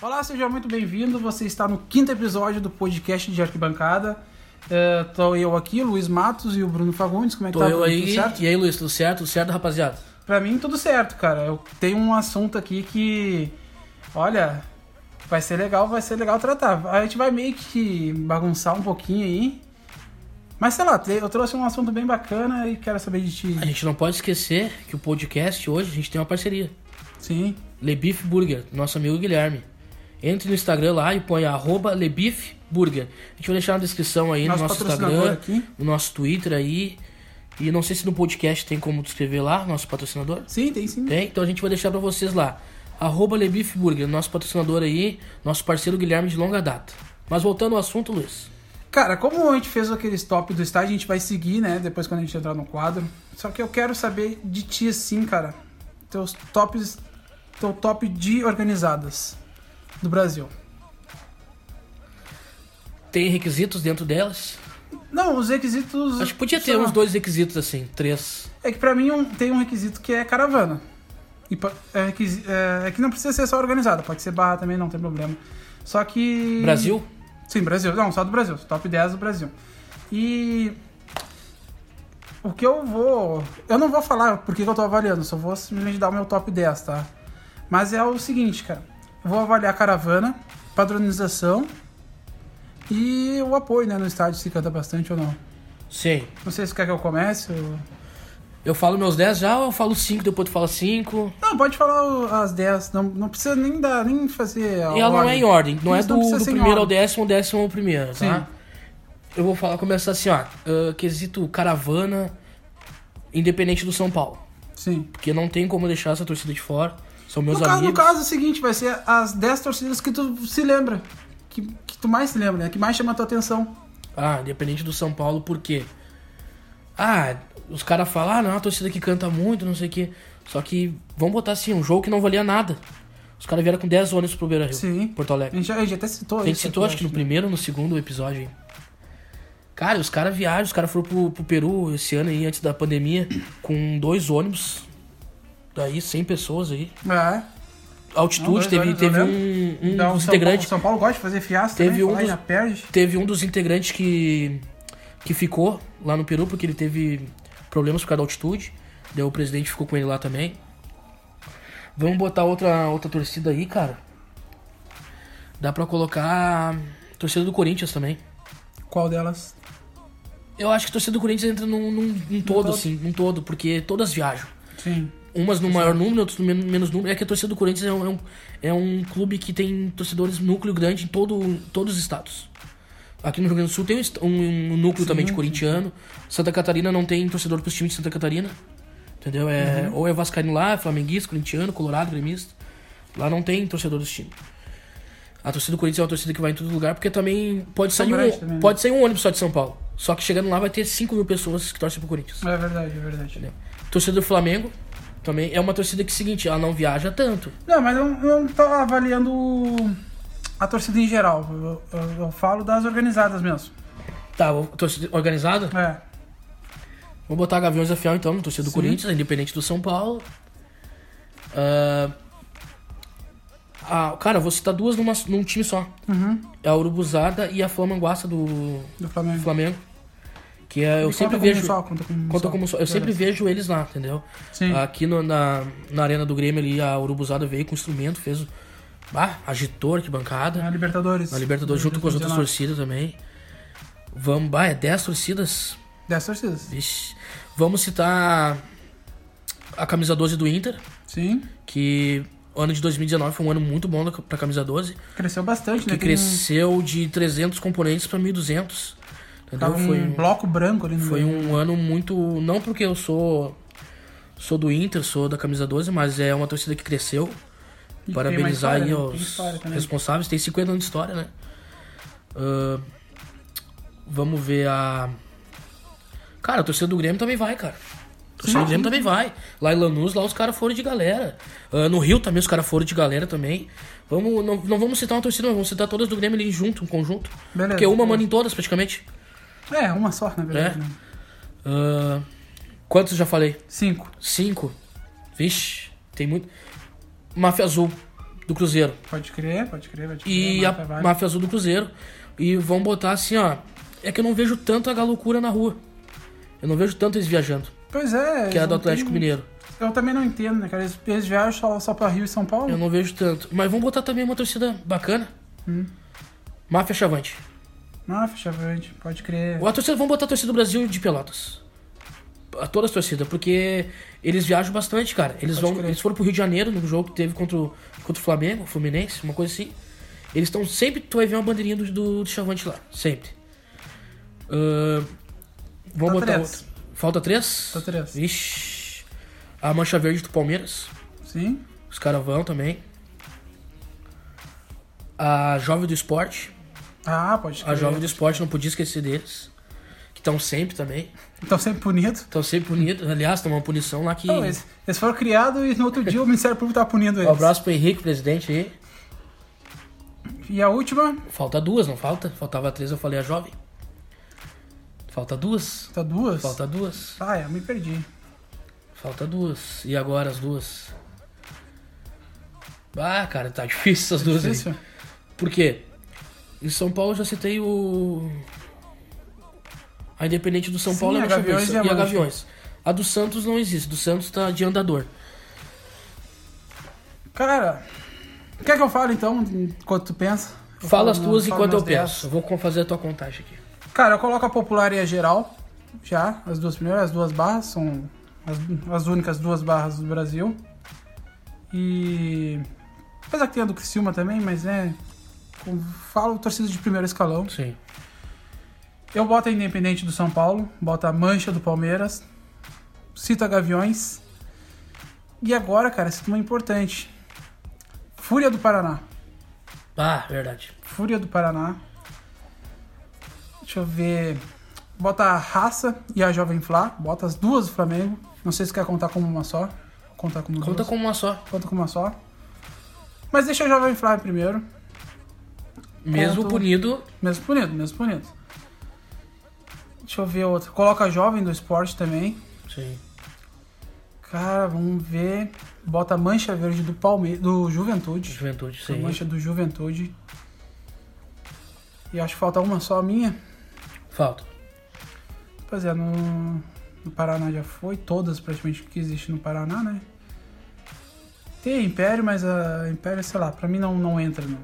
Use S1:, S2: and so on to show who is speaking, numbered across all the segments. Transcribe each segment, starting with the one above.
S1: Olá, seja muito bem-vindo. Você está no quinto episódio do podcast de Arquibancada. Estou eu aqui, Luiz Matos e o Bruno Fagundes. Como é que
S2: Tô
S1: tá?
S2: Então eu
S1: Bruno?
S2: aí.
S1: Tudo certo?
S2: E aí, Luiz, tudo certo? Tudo certo, rapaziada?
S1: Pra mim, tudo certo, cara. Eu tenho um assunto aqui que, olha, vai ser legal, vai ser legal tratar. A gente vai meio que bagunçar um pouquinho aí. Mas sei lá, te- eu trouxe um assunto bem bacana e quero saber de ti.
S2: A gente não pode esquecer que o podcast hoje a gente tem uma parceria.
S1: Sim.
S2: Lebif Burger, nosso amigo Guilherme. Entre no Instagram lá e põe arroba Lebif Burger. A gente vai deixar na descrição aí
S1: Nosso
S2: no nosso
S1: patrocinador
S2: Instagram,
S1: aqui.
S2: no nosso Twitter aí. E não sei se no podcast tem como tu escrever lá, nosso patrocinador.
S1: Sim, tem sim.
S2: Tem? Então a gente vai deixar pra vocês lá. Arroba Lebif Burger, nosso patrocinador aí, nosso parceiro Guilherme de longa data. Mas voltando ao assunto, Luiz.
S1: Cara, como a gente fez aqueles top do estágio, a gente vai seguir, né? Depois quando a gente entrar no quadro. Só que eu quero saber de ti assim, cara. Teus tops. Teu top de organizadas do Brasil.
S2: Tem requisitos dentro delas?
S1: Não, os requisitos.
S2: Acho que podia ter
S1: sei lá.
S2: uns dois requisitos assim, três.
S1: É que pra mim um- tem um requisito que é caravana. E pa- é, requisi- é- é que não precisa ser só organizada, pode ser barra também, não tem problema. Só que.
S2: Brasil?
S1: Sim, Brasil. Não, só do Brasil. Top 10 do Brasil. E. O que eu vou. Eu não vou falar porque eu tô avaliando, só vou simplesmente dar o meu top 10, tá? Mas é o seguinte, cara. Eu vou avaliar caravana, padronização e o apoio, né? No estádio, se canta bastante ou não.
S2: Sim.
S1: Não sei se quer que eu comece. Ou...
S2: Eu falo meus 10 já, ou eu falo 5, depois tu fala 5.
S1: Não, pode falar o- as 10. Não, não precisa nem dar, nem fazer. a
S2: E ela não é em ordem, não
S1: Isso
S2: é do,
S1: precisa
S2: do
S1: ser em
S2: primeiro ao
S1: ordem.
S2: décimo, décimo ao primeiro, tá?
S1: Sim.
S2: Eu vou falar, começar assim, ó. ah, quesito caravana, independente do São Paulo.
S1: Sim.
S2: Porque não tem como deixar essa torcida de fora. São meus
S1: No caso, no
S2: amigos.
S1: caso é o seguinte, vai ser as 10 torcidas que tu se lembra. Que, que tu mais se lembra, né? Que mais chama a tua atenção.
S2: Ah, independente do São Paulo, por quê? Ah, os caras falam, ah, não, é uma torcida que canta muito, não sei o quê. Só que, vamos botar assim, um jogo que não valia nada. Os caras vieram com 10 ônibus pro Beira Rio,
S1: Sim.
S2: Porto
S1: A
S2: Alegre.
S1: gente, já- a gente até citou
S2: A gente
S1: isso
S2: citou,
S1: aqui,
S2: acho que no
S1: né?
S2: primeiro ou no segundo episódio, hein? Cara, os caras viajam, os caras foram pro, pro Peru esse ano aí, antes da pandemia, com dois ônibus. Daí, 100 pessoas aí.
S1: É. Não, dois
S2: Altitude, teve,
S1: ônibus,
S2: teve
S1: eu
S2: um, um
S1: Então,
S2: dos
S1: São Paulo,
S2: integrantes
S1: São Paulo gosta de fazer fiasco,
S2: Teve
S1: né?
S2: um
S1: Vai,
S2: dos-
S1: já perde.
S2: Teve um dos integrantes que, que ficou lá no Peru, porque ele teve problemas por causa da altitude. Daí o presidente ficou com ele lá também. Vamos botar outra, outra torcida aí, cara. Dá pra colocar a torcida do Corinthians também.
S1: Qual delas?
S2: Eu acho que a torcida do Corinthians entra num, num- num todo,
S1: todo.
S2: assim, num todo, porque todas viajam.
S1: Sim.
S2: Umas no maior número, outras no men- menos número. É que a torcida do Corinthians é um, é um, é um clube que tem torcedores núcleo grande em todo, em todos os estados. Aqui no Rio Grande do Sul tem um, est- um- um núcleo também de corintiano. Santa Catarina não tem torcedor pros times de Santa Catarina. Entendeu? É,
S1: Uhum.
S2: Ou é vascaíno lá, é flamenguista, corintiano, colorado, gremista. Lá não tem torcedor dos times. A torcida do Corinthians é uma torcida que vai em todo lugar, porque também pode,
S1: São
S2: sair um,
S1: grande também, né?
S2: pode sair um ônibus só de São Paulo. Só que chegando lá vai ter 5 mil pessoas que torcem pro Corinthians.
S1: É verdade, é verdade.
S2: Torcida do Flamengo também é uma torcida que é o seguinte, ela não viaja tanto.
S1: Não, mas eu eu não tô avaliando a torcida em geral. Eu, eu- eu falo das organizadas mesmo.
S2: Tá, vou- torcida organizada?
S1: É.
S2: Vou botar Gaviões da Fiel então, torcida do
S1: Sim.
S2: Corinthians, independente do São Paulo. Ah, ah, cara, eu vou citar duas numa- num time só.
S1: Uhum.
S2: É a Urubuzada e a Flamanguaça do
S1: Do Flamengo.
S2: Flamengo. Que é- eu
S1: E
S2: sempre
S1: conta como
S2: vejo.
S1: Só, conta como
S2: Conta
S1: só.
S2: como só. Eu sempre vejo eles lá, entendeu?
S1: Sim.
S2: Aqui no- na, na arena do Grêmio ali, a Urubuzada veio com instrumento, fez. o- Bah, agitou a arquibancada.
S1: Na Libertadores.
S2: Na Libertadores, junto com as outras
S1: 2019.
S2: torcidas também. Vamos, bah, é 10 torcidas.
S1: Dez torcidas.
S2: Vixe. Vamos citar a camisa 12 do Inter,
S1: Sim.
S2: que o ano de 2019 foi um ano muito bom pra camisa 12,
S1: Cresceu bastante,
S2: que
S1: né?
S2: cresceu de 300 componentes pra 1.200. Entendeu?
S1: Tava um
S2: Foi,
S1: bloco branco ali no
S2: foi um ano muito. Não porque eu sou. Sou do Inter, sou da camisa 12, mas é uma torcida que cresceu.
S1: tem
S2: Parabenizar
S1: uma história,
S2: aí
S1: né? Tem
S2: os
S1: história também.
S2: responsáveis. Tem 50 anos de história, né? Ah, vamos ver a. Cara, a torcida do Grêmio também vai, cara. A torcida
S1: Sim.
S2: do Grêmio também vai. Lá em Lanús, lá os caras foram de galera. Ah, no Rio também os caras foram de galera também. Vamos, não, não vamos citar uma torcida, mas vamos citar todas do Grêmio ali junto, um conjunto.
S1: Beleza.
S2: Porque uma manda em todas, praticamente.
S1: É, uma só, na verdade.
S2: É.
S1: né?
S2: Ah, quantos eu já falei?
S1: Cinco.
S2: Cinco? Vixe, tem muito. Máfia Azul, do Cruzeiro.
S1: Pode crer, pode crer, pode crer.
S2: E
S1: Mata,
S2: a
S1: vai.
S2: Máfia Azul do Cruzeiro. E vão botar assim, ó. É que eu não vejo tanto a galocura na rua. Eu não vejo tanto eles viajando.
S1: Pois é.
S2: Que é a
S1: eles
S2: do
S1: não
S2: Atlético
S1: têm-
S2: Mineiro.
S1: Eu também não entendo, né, cara? Eles, eles viajam só, só pra Rio e São Paulo?
S2: Eu não vejo tanto. Mas vão botar também uma torcida bacana. Máfia Chavante.
S1: Máfia, Chavante, pode crer.
S2: Ou A torcida, vão botar a torcida do Brasil de Pelotas. A todas as torcidas, porque eles viajam bastante, cara. Eles,
S1: Pode
S2: vão,
S1: crer.
S2: eles foram pro Rio de Janeiro no jogo que teve contra o, contra o Flamengo, Fluminense, uma coisa assim. Eles estão sempre. Tu vai ver uma bandeirinha do, do, do Chavante lá, sempre. Ahn, vão
S1: Falta
S2: botar
S1: Tá três.
S2: outro. Falta três?
S1: Falta três.
S2: Ixi. A Mancha Verde do Palmeiras.
S1: Sim?
S2: Os caras vão também. A Jovem do Esporte.
S1: Ah, pode
S2: A
S1: crer.
S2: Jovem do Esporte não podia esquecer deles. Que estão sempre também.
S1: Então sempre punido.
S2: Estão sempre punidos. Aliás, tem uma punição lá que.
S1: Não, eles, eles foram criados e no outro dia o Ministério Público tá punindo
S2: Um
S1: eles.
S2: abraço pro Henrique, presidente aí.
S1: E a última,
S2: Falta duas, não falta? Faltava três, eu falei a jovem. Falta duas.
S1: tá duas.
S2: Falta duas.
S1: Ah, eu me perdi.
S2: Falta duas. E agora as duas? Ah, cara, tá difícil essas duas aí.
S1: Difícil?
S2: Por quê? Em São Paulo eu já citei o. A Independente do São
S1: Sim,
S2: Paulo é
S1: a
S2: uma
S1: Gaviões
S2: Gaviões e
S1: e a
S2: a
S1: Mancha.
S2: Gaviões. A do Santos não existe, do Santos tá de andador.
S1: Cara, quer que eu fale então, enquanto tu pensa? Eu
S2: Fala
S1: falo
S2: as
S1: meu-
S2: tuas
S1: falo
S2: enquanto eu
S1: meus dez.
S2: penso. Eu Vou com- fazer a tua contagem aqui.
S1: Cara, eu coloco a popular e a geral, já, as duas primeiras, as duas barras, são as, as únicas duas barras do Brasil. E. Apesar que tem a do Criciúma também, mas né. como Falo torcida de primeiro escalão.
S2: Sim.
S1: Eu boto a Independente do São Paulo, boto a Mancha do Palmeiras, cito a Gaviões. E agora, cara, cito uma importante: Fúria do Paraná.
S2: Ah, verdade.
S1: Fúria do Paraná. Deixa eu ver. Bota a Raça e a Jovem Flá. Bota as duas do Flamengo. Não sei se quer contar como uma só. Conta como
S2: Conta
S1: duas.
S2: como uma só.
S1: Conta como uma só. Mas deixa a Jovem Flá em primeiro.
S2: Mesmo
S1: Conto-
S2: punido.
S1: Mesmo punido, mesmo punido. Deixa eu ver outra. Coloca a Jovem do Esporte também.
S2: Sim.
S1: Cara, vamos ver. Bota a Mancha Verde do, Palme... do Juventude.
S2: Juventude,
S1: A
S2: sim.
S1: Mancha do Juventude. E acho que falta uma só minha.
S2: Falta.
S1: Pois é, no, no Paraná já foi, todas praticamente que existe no Paraná, né? Tem a Império, mas a Império, sei lá, pra mim não, não entra, não.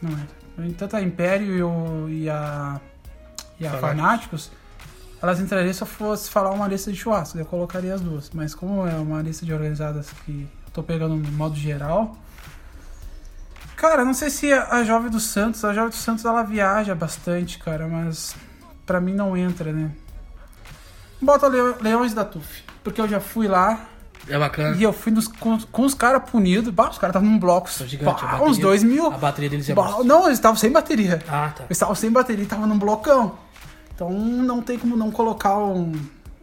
S1: Não entra. Pra mim, Tanto a Império e, o, e a, e a Fanáticos, elas entrariam se eu fosse falar uma lista de churrasco, eu colocaria as duas. Mas como é uma lista de organizadas que eu tô pegando no modo geral... Cara, não sei se a, a Jovem dos Santos, a Jovem dos Santos ela viaja bastante, cara, mas Pra mim não entra, né? Bota Leo- Leões da TUF. Porque eu já fui lá
S2: É bacana.
S1: e eu fui nos- com, com os caras punidos. Bah, os caras estavam num bloco.
S2: São gigantes, a
S1: bah,
S2: bateria-
S1: uns dois mil.
S2: A bateria deles é
S1: Bah,
S2: monstro.
S1: não, eles estavam sem bateria. Eles
S2: Ah, tá.
S1: estavam sem bateria, estavam num blocão. Então não tem como não colocar um,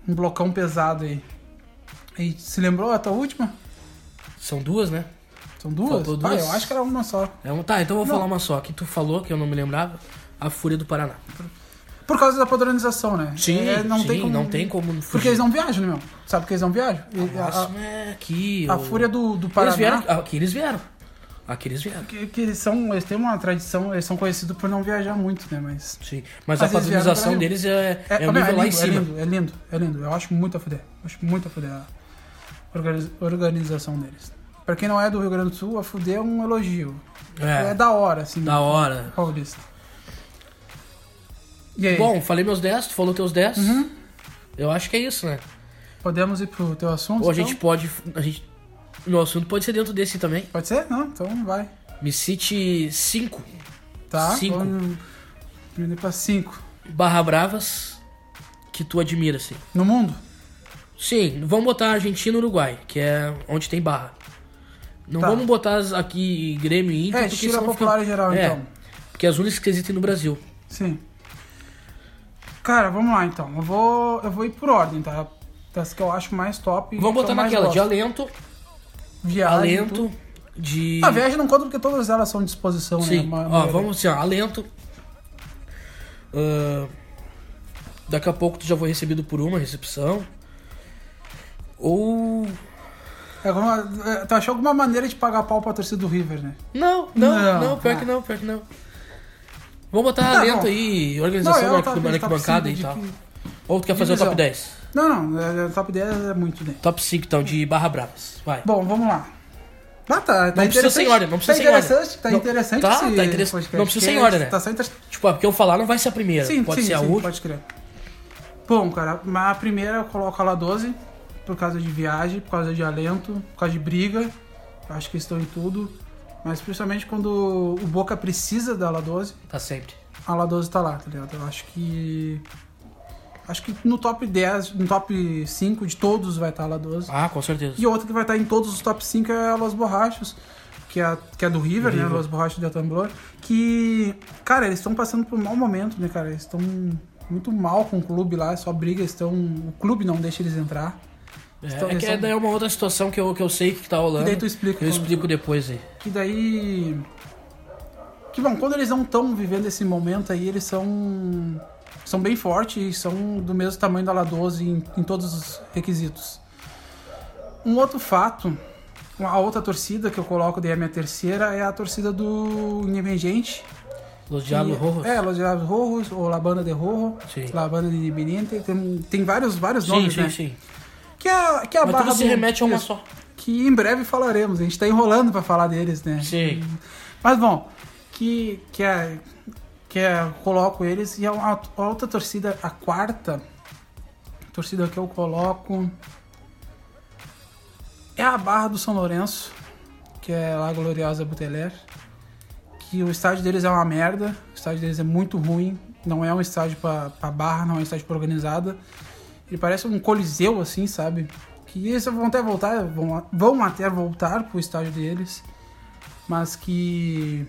S1: um blocão pesado aí. E se lembrou a tua última?
S2: São duas, né?
S1: São duas?
S2: Faltou
S1: Ah,
S2: duas.
S1: eu acho que era uma só.
S2: É um... Tá, então eu vou
S1: Não.
S2: falar uma só. Que tu falou, que eu não me lembrava. A Fúria do Paraná.
S1: Por causa da padronização, né?
S2: Sim,
S1: É,
S2: sim, não tem como
S1: Porque
S2: fugir.
S1: eles não viajam, né, meu? Sabe porque eles não viajam? E a-
S2: Próximo é aqui.
S1: A
S2: o-
S1: Fúria do, do
S2: Eles
S1: Paraná.
S2: vieram, aqui eles vieram. Aqui eles vieram.
S1: que, que eles são, eles têm uma tradição, eles são conhecidos por não viajar muito, né? Mas.
S2: Sim. Mas
S1: Às
S2: a
S1: vezes vieram
S2: padronização
S1: pra-
S2: deles é, é,
S1: ó,
S2: um
S1: meu,
S2: nível lá em
S1: lindo,
S2: cima.
S1: É lindo, é lindo, é lindo. Eu acho muito a fuder. Eu acho muito a fuder a organiz- organização deles. Pra quem não é do Rio Grande do Sul, a fuder é um elogio. É,
S2: É,
S1: da hora, assim,
S2: da hora.
S1: paulista. E aí,
S2: Bom, falei meus 10, tu falou teus 10.
S1: Uhum.
S2: Eu acho que é isso, né?
S1: podemos ir pro teu assunto?
S2: Ou a
S1: então?
S2: gente pode. A gente, meu assunto pode ser dentro desse também.
S1: Pode ser? Não, então vai.
S2: Me cite 5
S1: Tá?
S2: Cinco.
S1: Vamos diminuir pra cinco.
S2: barra bravas que tu admira, assim.
S1: No mundo?
S2: Sim, vamos botar Argentina e Uruguai, que é onde tem barra. Não
S1: Tá.
S2: vamos botar as aqui Grêmio e Inter,
S1: É,
S2: porque
S1: tira
S2: senão
S1: popular
S2: fica...
S1: em geral,
S2: é,
S1: então.
S2: Porque as únicas que existem no Brasil.
S1: Sim. Cara, vamos lá então. Eu vou, eu vou ir por ordem, tá? Das que eu acho mais top.
S2: Vamos
S1: que eu
S2: botar
S1: mais
S2: naquela, de
S1: gosto. então.
S2: alento,
S1: viagem. tudo.
S2: alento, de...
S1: A viagem não conta porque todas elas são de disposição, né?
S2: Sim,
S1: Ma-
S2: ó,
S1: maioria.
S2: vamos assim, ó, alento. Ahn, daqui a pouco tu já foi recebido por uma recepção. Ou
S1: É como- é, tu achou alguma maneira de pagar pau pra torcida do River, né?
S2: Não, não,
S1: Não,
S2: não, pior
S1: ah.
S2: que não, pior que não. Vamos botar
S1: Tá
S2: a lenta
S1: bom.
S2: aí,
S1: Não, é
S2: organização
S1: eu
S2: da
S1: tava-
S2: arquibancada
S1: tava
S2: arquibancada e
S1: pensando
S2: tal.
S1: tá de
S2: Ou tu quer fazer o
S1: divisão.
S2: top 10?
S1: Não, não, é, é, top 10 é muito, né?
S2: Top 5, então, de Barra Bravas. Vai.
S1: Bom, vamos lá. Ah, tá, tá
S2: Não precisa
S1: interessante.
S2: sem ordem, não precisa
S1: tá
S2: sem ordem.
S1: interessante, Tá
S2: Não-
S1: interessante,
S2: tá,
S1: esse
S2: tá interessante.
S1: podcast,
S2: Não precisa sem
S1: que é-
S2: ordem, né?
S1: Tá só inter-
S2: Tipo, ah, porque eu falar não vai ser a primeira.
S1: Sim,
S2: pode
S1: sim,
S2: ser a
S1: sim,
S2: última.
S1: pode crer. Bom, cara, mas a primeira eu coloco ela 12, por causa de viagem, por causa de alento, por causa de briga. Acho que estão em tudo. Mas principalmente quando o Boca precisa da ala 12,
S2: Tá sempre.
S1: a ala 12 tá lá, tá ligado? Eu acho que. Acho que no top 10, no top 5 de todos vai estar a ala 12.
S2: Ah, com certeza.
S1: E outra que vai estar em todos os top 5 é a Los Borrachos, que é, que é do River, né? Los Borrachos de Tambor. Que, cara, eles estão passando por um mau momento, né, cara? Eles estão muito mal com o clube lá, é só briga, eles estão. O clube não deixa eles entrar.
S2: é, é que é, daí é uma outra situação que eu, que eu sei que tá
S1: E
S2: rolando.
S1: daí tu explica como-
S2: Eu explico depois aí.
S1: Que daí. Que bom, quando eles não estão vivendo esse momento aí, eles são. São bem fortes e são do mesmo tamanho da La 12 em, em todos os requisitos. Um outro fato, uma outra torcida que eu coloco daí a minha terceira é a torcida do Independiente.
S2: Los Diablos
S1: que-
S2: Rojos.
S1: É, Los Diablos Rojos, ou La Banda de Rojo,
S2: Sim.
S1: La Banda de Independiente, tem, tem vários, vários
S2: sim,
S1: nomes,
S2: sim,
S1: né?
S2: sim.
S1: Que é, a- que é a
S2: Mas
S1: barra
S2: tudo se
S1: do-
S2: remete a uma
S1: Isso.
S2: só.
S1: Que em breve falaremos, a gente tá enrolando pra falar deles, né?
S2: Sim.
S1: Mas bom, que, que, é, que é, eu coloco eles. E a, a- a outra torcida, a quarta torcida que eu coloco é a Barra do São Lourenço, que é lá a Gloriosa Buteler. Que o estádio deles é uma merda, o estádio deles é muito ruim, não é um estádio pra, pra barra, não é um estádio pra organizada. Ele parece um coliseu, assim, sabe? Que eles vão até voltar, vão, vão até voltar pro estádio deles mas que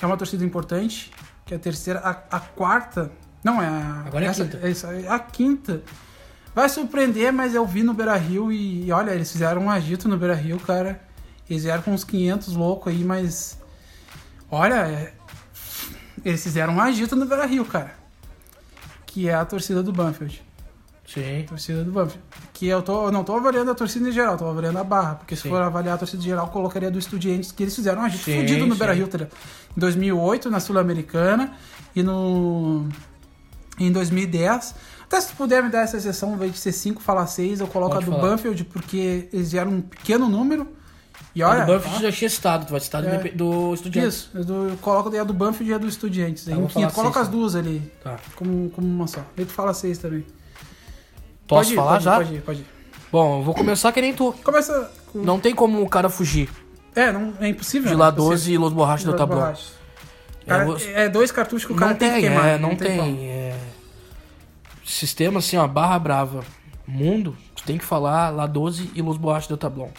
S1: é uma torcida importante, que é a terceira, a, a quarta, não é a
S2: Agora é a quinta.
S1: essa- a quinta vai surpreender, mas eu vi no Beira Rio e, e olha, eles fizeram um agito no Beira Rio, cara. Eles vieram com uns 500 loucos aí, mas olha, é- eles fizeram um agito no Beira Rio, cara. Que é a torcida do Banfield.
S2: Sim.
S1: Torcida do Banfield. Que eu tô, eu não tô avaliando a torcida em geral, tô avaliando a barra. Porque se
S2: Sim.
S1: for avaliar a torcida em geral, eu colocaria do Estudiantes, que eles fizeram um agito
S2: Sim,
S1: fudido no
S2: sim.
S1: Beira Rio, tá ligado? Em 2008, na Sul-Americana, e no. Em 2010. Até se tu puder me dar essa exceção, ao invés de ser 5, falar 6, eu coloco
S2: Pode
S1: a do
S2: falar.
S1: Banfield, porque eles vieram um pequeno número. E
S2: A
S1: olha.
S2: do Banfield
S1: tá?
S2: já é tinha citado, tu vai citar do
S1: É.
S2: Indep- do Estudiantes.
S1: Isso, eu, do, eu coloco daí a do Banfield e a do Estudiantes. Aí
S2: Tá,
S1: em
S2: vou falar
S1: quinto, coloca
S2: seis,
S1: as duas ali,
S2: Tá.
S1: como, como uma só. Aí tu fala 6 também.
S2: Posso
S1: Pode ir,
S2: falar
S1: pode ir,
S2: já?
S1: Pode ir, pode ir.
S2: Bom, eu vou começar que nem tu.
S1: Começa com.
S2: Não tem como o cara fugir
S1: É, não, é impossível.
S2: de
S1: né?
S2: lá
S1: Você-
S2: 12 e Los Borrachos do
S1: duas
S2: Tablão.
S1: borrachas. Cara,
S2: Eu vou-
S1: É dois cartuchos que o cara
S2: Não
S1: tem, que
S2: tem,
S1: queimar.
S2: é, não
S1: como.
S2: tem. é. Sistema assim, ó, barra brava. Mundo, tu tem que falar lá 12 e Los Borrachos do Tablão.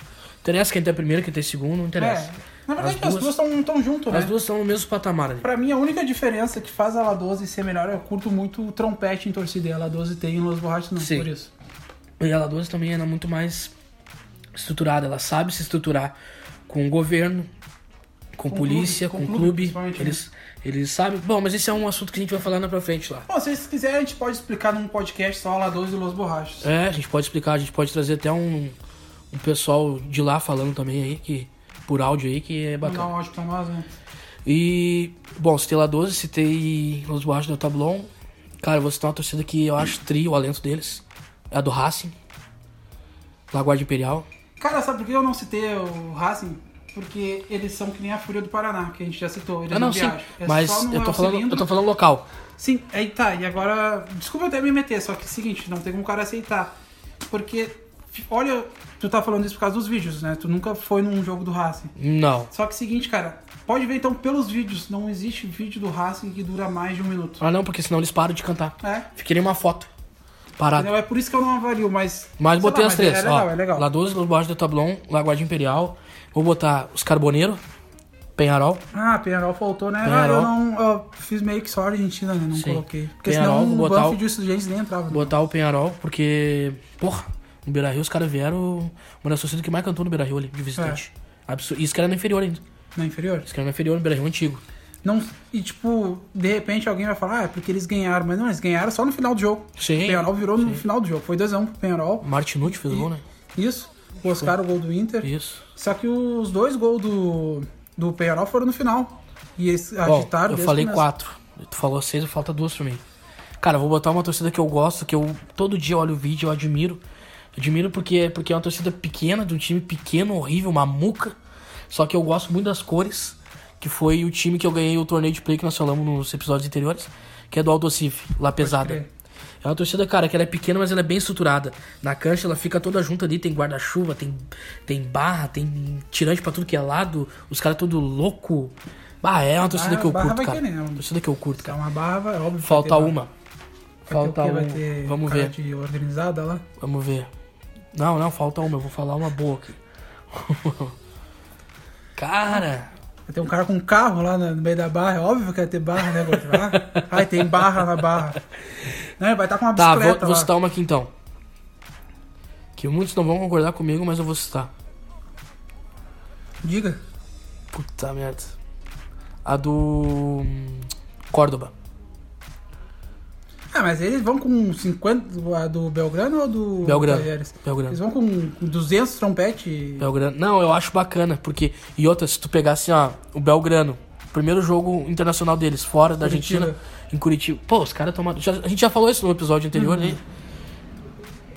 S2: Interessa quem tem primeiro, quem tem segundo, não interessa.
S1: É. Na verdade,
S2: As
S1: as duas
S2: duas-
S1: estão junto, né?
S2: As duas estão no mesmo patamar ali.
S1: Pra mim, a única diferença que faz a La 12 ser melhor, eu curto muito o trompete em torcida. E a La 12 tem, e Los Borrachos não,
S2: Sim.
S1: por isso.
S2: E a La 12 também era muito mais estruturada. Ela sabe se estruturar com o governo, com,
S1: Com
S2: polícia,
S1: clube,
S2: com
S1: com
S2: o
S1: clube,
S2: clube.
S1: principalmente,
S2: eles, eles sabem. Bom, mas esse é um assunto que a gente vai falar na pra frente lá.
S1: Bom, se vocês quiserem, a gente pode explicar num podcast só a La 12 e Los Borrachos.
S2: É, a gente pode explicar, a gente pode trazer até um, um pessoal de lá falando também aí, que, por áudio aí, que é
S1: Mandar
S2: bacana.
S1: um áudio pra nós, né?
S2: E, bom, citei lá 12, citei Los Borrachos do Tablon. Cara, eu vou citar uma torcida que eu acho tri, o alento deles. É a do Racing. Laguarda Imperial.
S1: Cara, sabe por que eu não citei o Racing? Porque eles são que nem a Fúria do Paraná, que a gente já citou. Eles
S2: Ah, não, sim.
S1: viajam. É
S2: Mas
S1: só no
S2: eu tô,
S1: El
S2: falando,
S1: Cilindro.
S2: eu tô falando local.
S1: Sim, aí tá, e agora. Desculpa eu até me meter, só que é o seguinte, não tem como o cara aceitar. Porque, fi- olha, tu tá falando isso por causa dos vídeos, né? Tu nunca foi num jogo do Racing.
S2: Não.
S1: Só que é o seguinte, cara, pode ver então pelos vídeos, não existe vídeo do Racing que dura mais de um minuto.
S2: Ah, não, porque senão eles param de cantar.
S1: É.
S2: Fiquei nem uma foto. Parado.
S1: Entendeu? É por isso que eu não avalio, mas.
S2: Mas
S1: sei
S2: botei
S1: lá,
S2: as três.
S1: É
S2: ó.
S1: legal, é legal.
S2: La 12, Los Borges do Tablon, Laguardia Imperial. Vou botar os Carboneiro, Penharol.
S1: Ah, Penharol faltou, né? Ah, eu
S2: Penharol.
S1: não. Eu fiz meio que só a Argentina, né? Não
S2: Sim.
S1: coloquei. Porque
S2: Penharol,
S1: senão
S2: vou
S1: o
S2: botar
S1: buff
S2: o-
S1: de estudantes nem entrava. né?
S2: Botar o Penharol, porque. Porra, no Beira Rio os caras vieram. Uma das torcidas que mais cantou no Beira Rio ali, de visitante.
S1: É.
S2: Absurdo. E isso que era na inferior ainda.
S1: Na inferior?
S2: Isso que era na inferior, no Beira Rio antigo.
S1: Não, e tipo, de repente alguém vai falar, ah, é porque eles ganharam, mas não, eles ganharam só no final do jogo.
S2: Sim.
S1: O Penharol virou no final do jogo, foi 2x1 pro Penharol.
S2: Martinucci fez o gol, né?
S1: Isso. o Oscar, o gol do Inter.
S2: Isso.
S1: Só que os dois gols do, do Penharol foram no final. E eles
S2: Bom,
S1: agitaram
S2: eu
S1: desde o
S2: falei
S1: começo.
S2: quatro. Tu falou seis, falta duas pra mim. Cara, eu vou botar uma torcida que eu gosto, que eu todo dia olho o vídeo, eu admiro. Admiro porque, porque é uma torcida pequena, de um time pequeno, horrível, mamuca. Só que eu gosto muito das cores, que foi o time que eu ganhei o torneio de play que nós falamos nos episódios anteriores, que é do Aldocif, lá pesada.
S1: crer.
S2: É uma torcida, cara, que ela é pequena, mas ela é bem estruturada. Na cancha ela fica toda junta ali, tem guarda-chuva, tem, tem barra, tem tirante pra tudo que é lado, os caras todo louco. Ah, é uma torcida
S1: Barra-
S2: que eu
S1: barra
S2: curto,
S1: vai
S2: cara.
S1: querer, né?
S2: Torcida que eu curto,
S1: É
S2: cara.
S1: uma barra, é óbvio. que
S2: Falta
S1: vai ter barra.
S2: uma.
S1: Vai ter o
S2: Falta
S1: quê? Vai
S2: um.
S1: ter
S2: Vamos
S1: cara
S2: ver.
S1: de organizada lá.
S2: Vamos ver. Não, não, falta uma. Eu vou falar uma boa aqui. Cara,
S1: Vai ter um cara com um carro lá no meio da barra. É óbvio que vai ter barra, né, Guto? Ah, Ai, tem barra na barra. Não, ele vai estar com uma
S2: tá,
S1: bicicleta
S2: vou, vou
S1: lá.
S2: citar uma aqui então. Que muitos não vão concordar comigo, mas eu vou citar.
S1: Diga.
S2: Puta merda. A do. hum, Córdoba.
S1: Ah, mas eles vão com 50... A do Belgrano ou do...
S2: Belgrano.
S1: Talheres? Eles
S2: Belgrano. Tá.
S1: vão com com 200 trompete.
S2: Belgrano. Não, eu acho bacana, porque. E outra, se tu pegar assim, ó, o Belgrano. Primeiro jogo internacional deles, fora da
S1: Curitiba.
S2: Argentina, em Curitiba. Pô, os caras tomaram. já- a gente já falou isso no episódio anterior,
S1: Uhum.
S2: né?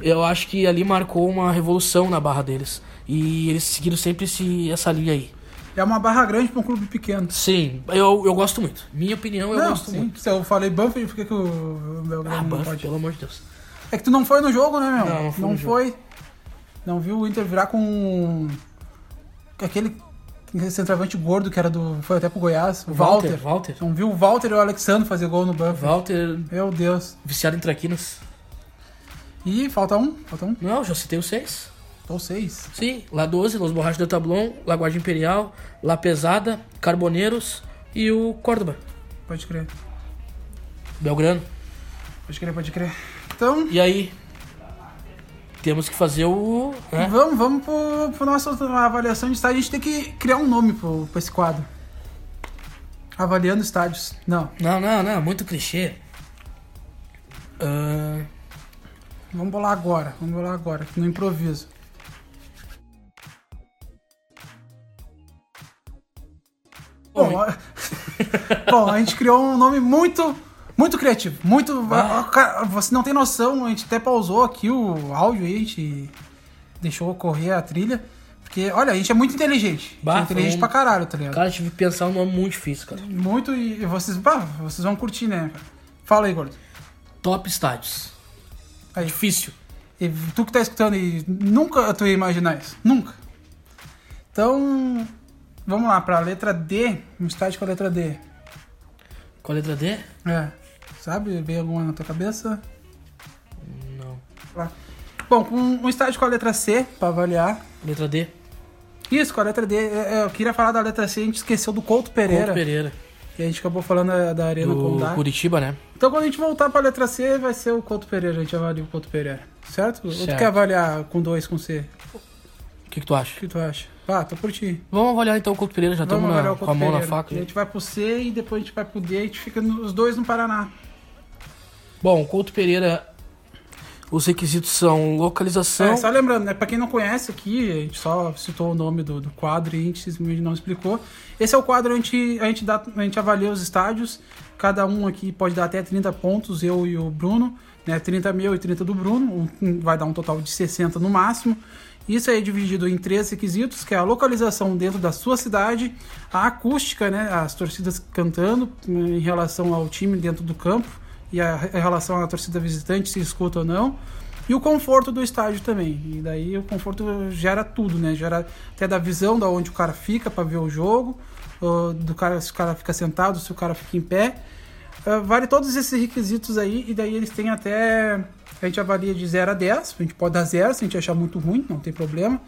S2: Eu acho que ali marcou uma revolução na barra deles. E eles seguiram sempre esse, essa linha aí.
S1: É uma barra grande pra um clube pequeno.
S2: Sim, eu, eu gosto muito. Minha opinião, eu
S1: não,
S2: gosto
S1: sim.
S2: muito.
S1: Se eu falei Banfield, por que, que o Belgrano
S2: Ah,
S1: não
S2: Banff,
S1: pode?
S2: pelo amor de Deus.
S1: É que tu não foi no jogo, né, meu?
S2: Não, não fui no jogo.
S1: foi. Não viu o Inter virar com. com aquele centroavante gordo que era do. Foi até pro Goiás. O Walter.
S2: Walter.
S1: Não viu o Walter e o Alexandre fazer gol no banco.
S2: Walter,
S1: Meu Deus.
S2: viciado em traquinas.
S1: E falta um. Falta um.
S2: Não, já citei os seis.
S1: Ou seis.
S2: Sim, La 12, Los Borrachos do Tablon, La Guarda Imperial, La Pesada, Carboneiros e o Córdoba,
S1: Pode crer.
S2: Belgrano.
S1: Pode crer, pode crer. Então.
S2: E aí, temos que fazer o... né?
S1: Vamos, vamos pro, pro nossa avaliação de estádio. A gente tem que criar um nome pro, pra esse quadro. Avaliando estádios. Não.
S2: Não, não, não, muito clichê. Ahn,
S1: Vamos bolar agora, vamos bolar agora, no improviso. Bom,
S2: Bom,
S1: a... Bom, a gente criou um nome muito, muito criativo, muito.
S2: Ah.
S1: Cara, Você não tem noção, a gente até pausou aqui o áudio aí, a gente deixou correr a trilha. Porque, olha, a gente é muito inteligente. A gente
S2: Bah,
S1: é inteligente
S2: foi um-
S1: pra caralho, tá ligado?
S2: cara, eu tive que pensar um nome muito difícil, cara.
S1: Muito e e vocês, bah, vocês vão curtir, né? cara? Fala aí, gordo.
S2: Top Estádios.
S1: Aí.
S2: Difícil.
S1: E tu que tá escutando e nunca tu ia imaginar isso. Nunca. Então, vamos lá, pra letra D, um estágio com a letra D.
S2: Qual a letra D?
S1: É. Sabe? Veio alguma na tua cabeça?
S2: Não.
S1: Lá. Bom, com um estágio com a letra C, pra avaliar.
S2: Letra D?
S1: Isso, com a letra D. é, é, Eu queria falar da letra C, a gente esqueceu do Couto
S2: Ponto
S1: Pereira.
S2: Pereira.
S1: E a gente acabou falando da, da Arena
S2: Do
S1: Condá.
S2: Curitiba, né?
S1: Então, quando a gente voltar pra letra C, vai ser o Couto Pereira. A gente avalia o Couto Pereira. Certo? Ou tu
S2: Certo.
S1: quer avaliar com dois, com C?
S2: O que, que tu acha?
S1: O que tu acha? Ah, tô por ti.
S2: Vamos avaliar então o Couto Pereira, já estamos
S1: Vamos avaliar
S2: na-
S1: o
S2: com a
S1: Couto
S2: mão na
S1: Pereira.
S2: faca.
S1: A gente vai pro C e depois a gente vai pro D e a gente fica nos dois no Paraná.
S2: Bom, o Couto Pereira, os requisitos são localização.
S1: É, só lembrando, né? Pra quem não conhece aqui, a gente só citou o nome do, do quadro e a gente simplesmente não explicou. Esse é o quadro onde a gente, a, gente dá, a gente avalia os estádios. Cada um aqui pode dar até 30 pontos, eu e o Bruno. Né? 30 meu e 30 do Bruno. um- vai dar um total de 60 no máximo. Isso aí é dividido em três requisitos, que é a localização dentro da sua cidade, a acústica, né? As torcidas cantando né, em relação ao time dentro do campo e a, a relação à torcida visitante, se escuta ou não. E o conforto do estádio também. E daí o conforto gera tudo, né? Gera até da visão da onde o cara fica para ver o jogo, ah, do cara se o cara fica sentado, se o cara fica em pé. Ah, vale todos esses requisitos aí, e daí eles têm até. A gente avalia de 0 a 10. A gente pode dar 0 se a gente achar muito ruim, não tem problema.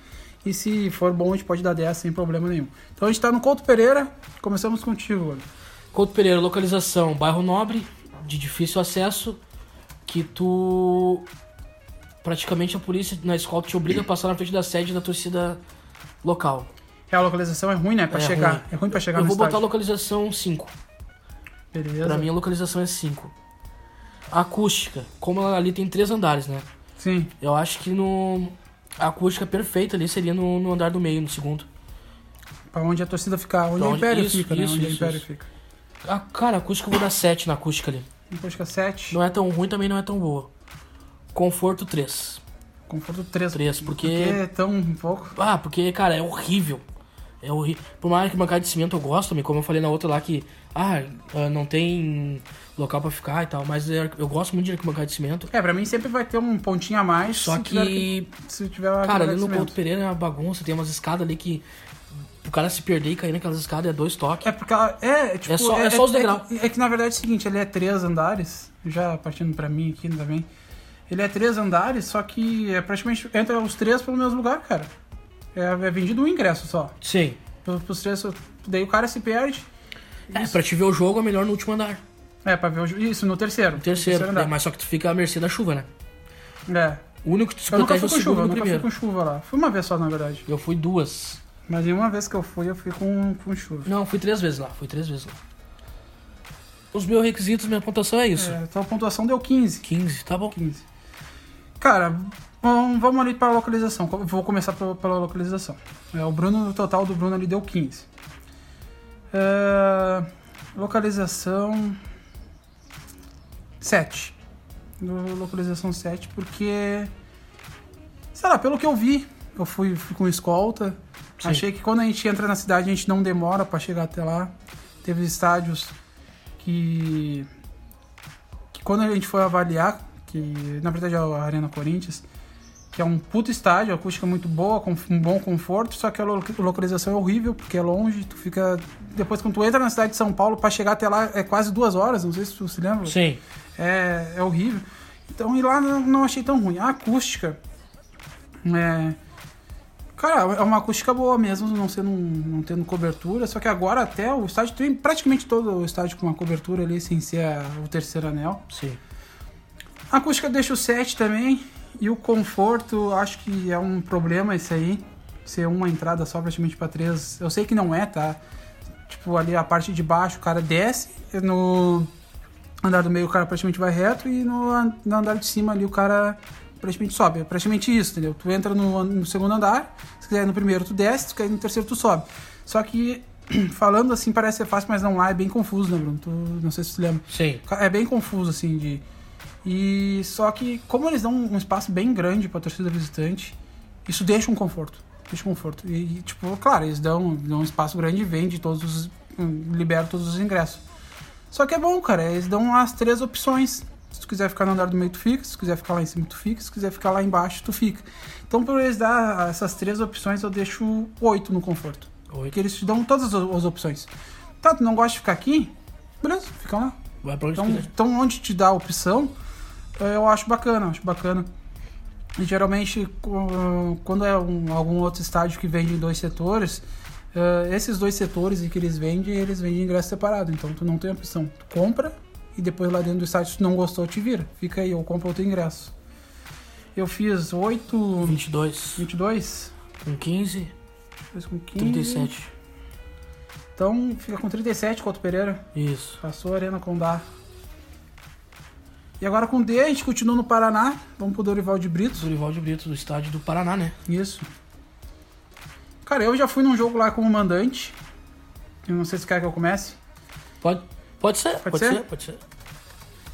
S1: E se for bom, a gente pode dar 10 sem problema nenhum. Então a gente tá no Couto Pereira. Começamos contigo, Olho.
S2: Couto Pereira, localização, bairro nobre, de difícil acesso, que tu. Praticamente a polícia na escola te obriga a passar na frente da sede da torcida local.
S1: É, a localização é ruim, né? Pra
S2: É
S1: chegar.
S2: ruim.
S1: É ruim pra chegar
S2: Eu
S1: no
S2: vou botar
S1: estádio.
S2: localização 5.
S1: Beleza.
S2: Pra mim a localização é 5. Acústica, como ela ali tem três andares, né?
S1: Sim.
S2: Eu acho que no. a acústica perfeita ali seria no, no andar do meio, no segundo.
S1: Pra onde a torcida ficar, onde
S2: Pra
S1: o
S2: onde-
S1: Império
S2: isso,
S1: fica, né?
S2: isso,
S1: Onde o
S2: isso,
S1: Império
S2: isso.
S1: fica.
S2: Ah, cara, a acústica eu vou dar 7 na acústica ali.
S1: Acústica 7,
S2: Não é tão ruim, também não é tão boa. Conforto 3.
S1: conforto 3.
S2: Três, porque-
S1: é tão pouco.
S2: Ah, porque, cara, é horrível. É horrível. Por mais que bancada de cimento eu gosto, também, como eu falei na outra lá que, ah, ah, não tem local pra ficar e tal, mas é- eu gosto muito de arquibancada de cimento.
S1: É, pra mim sempre vai ter um pontinho a mais.
S2: Só
S1: se
S2: que,
S1: tiver se tiver
S2: cara, ali no
S1: agradecimento.
S2: Couto Pereira é uma bagunça, tem umas escadas ali que o cara se perder e cair naquelas escadas é dois toques.
S1: É porque ela. É, tipo,
S2: É só- é só os degrau.
S1: É, que, é que, na verdade é o seguinte, ele é três andares, já partindo pra mim aqui também. Ele é três andares, só que é praticamente. Entra os três pelo mesmo lugar, cara. É, é vendido um ingresso só.
S2: Sim.
S1: Pelo- Pros três. só- Daí o cara se perde.
S2: É, pra te ver o jogo é melhor no último andar.
S1: É, pra ver o, ju- Isso, no terceiro.
S2: No terceiro.
S1: andar.
S2: né, mas só que tu fica à mercê da chuva, né?
S1: É.
S2: O único que tu se
S1: Eu nunca
S2: protege
S1: fui
S2: é o
S1: com
S2: segundo
S1: chuva, eu
S2: no
S1: nunca
S2: primeiro.
S1: fui com chuva lá. Fui uma vez só, na verdade.
S2: Eu fui duas.
S1: Mas nenhuma vez que eu fui, eu fui com, com chuva.
S2: Não, fui três vezes lá, fui três vezes lá. Os meus requisitos, minha pontuação é isso.
S1: É, então a pontuação deu 15.
S2: 15, tá bom.
S1: 15. Cara, bom, vamos ali para a localização. Co- Vou começar pelo- pela localização. É, o Bruno, o total do Bruno ali deu 15. É, localização 7. No- Localização 7, porque. Sei lá, pelo que eu vi, eu fui, fui com escolta.
S2: Sim.
S1: Achei que quando a gente entra na cidade a gente não demora para chegar até lá. Teve estádios que que quando a gente foi avaliar, que na verdade é a Arena Corinthians, que é um puto estádio, a acústica é muito boa, com um bom conforto, só que a lo- localização é horrível, porque é longe, tu fica. Depois quando tu entra na cidade de São Paulo, pra chegar até lá é quase duas horas, não sei se tu se lembra.
S2: Sim.
S1: É, é horrível. Então, e lá não, não achei tão ruim. A acústica. É. Cara, é uma acústica boa mesmo, não, sendo, um- não tendo cobertura. Só que agora até o estádio tem praticamente todo o estádio com uma cobertura ali, sem ser a- o terceiro anel.
S2: Sim.
S1: A acústica deixa o 7 também. E o conforto, acho que é um problema esse aí. Ser uma entrada só praticamente pra três. Eu sei que não é, tá? Tipo, ali a parte de baixo o cara desce. No andar do meio o cara praticamente vai reto. E no, an- no andar de cima ali o cara praticamente sobe. É praticamente isso, entendeu? Tu entra no, an- no segundo andar. Se quiser ir no primeiro tu desce. Se quiser ir no terceiro tu sobe. Só que... Falando assim parece ser fácil, mas não lá é bem confuso, né, Bruno? Tu, não sei se tu lembra.
S2: Sim.
S1: Ca- É bem confuso, assim, de. E só que, como eles dão um espaço bem grande pra torcida visitante, isso deixa um conforto. Deixa um conforto. E, e, tipo, claro, eles dão, dão um espaço grande e vende todos os. hum, liberam todos os ingressos. Só que é bom, cara, eles dão as três opções. Se tu quiser ficar no andar do meio, tu fica. Se tu quiser ficar lá em cima, tu fica. Se tu quiser ficar lá embaixo, tu fica. Então, por eles dar essas três opções, eu deixo oito no conforto. Porque
S2: Oito.
S1: eles te dão todas as as opções. Tá, tu não gosta de ficar aqui? Beleza, fica lá.
S2: Vai pra onde
S1: Então,
S2: quiser.
S1: então onde te dá a opção, eh, eu acho bacana, acho bacana. E geralmente, co- quando é um- algum outro estádio que vende em dois setores, eh, esses dois setores em que eles vendem, eles vendem ingresso separado. Então tu não tem opção. Tu compra e depois lá dentro do estádio, se tu não gostou, te vira. Fica aí, ou compra outro ingresso. Eu fiz 8,
S2: 22,
S1: 22,
S2: com 15,
S1: 2 com 15.
S2: 37.
S1: Então fica com 37, Couto Pereira.
S2: Isso.
S1: Passou a Arena Condá. E agora com D, a gente continua no Paraná. Vamos pro Dorival de Brito.
S2: Dorival de Brito, do estádio do Paraná, né?
S1: Isso. Cara, eu já fui num jogo lá como mandante. Eu não sei se quer que eu comece.
S2: Pode, pode ser, pode,
S1: ser?
S2: ser? pode ser.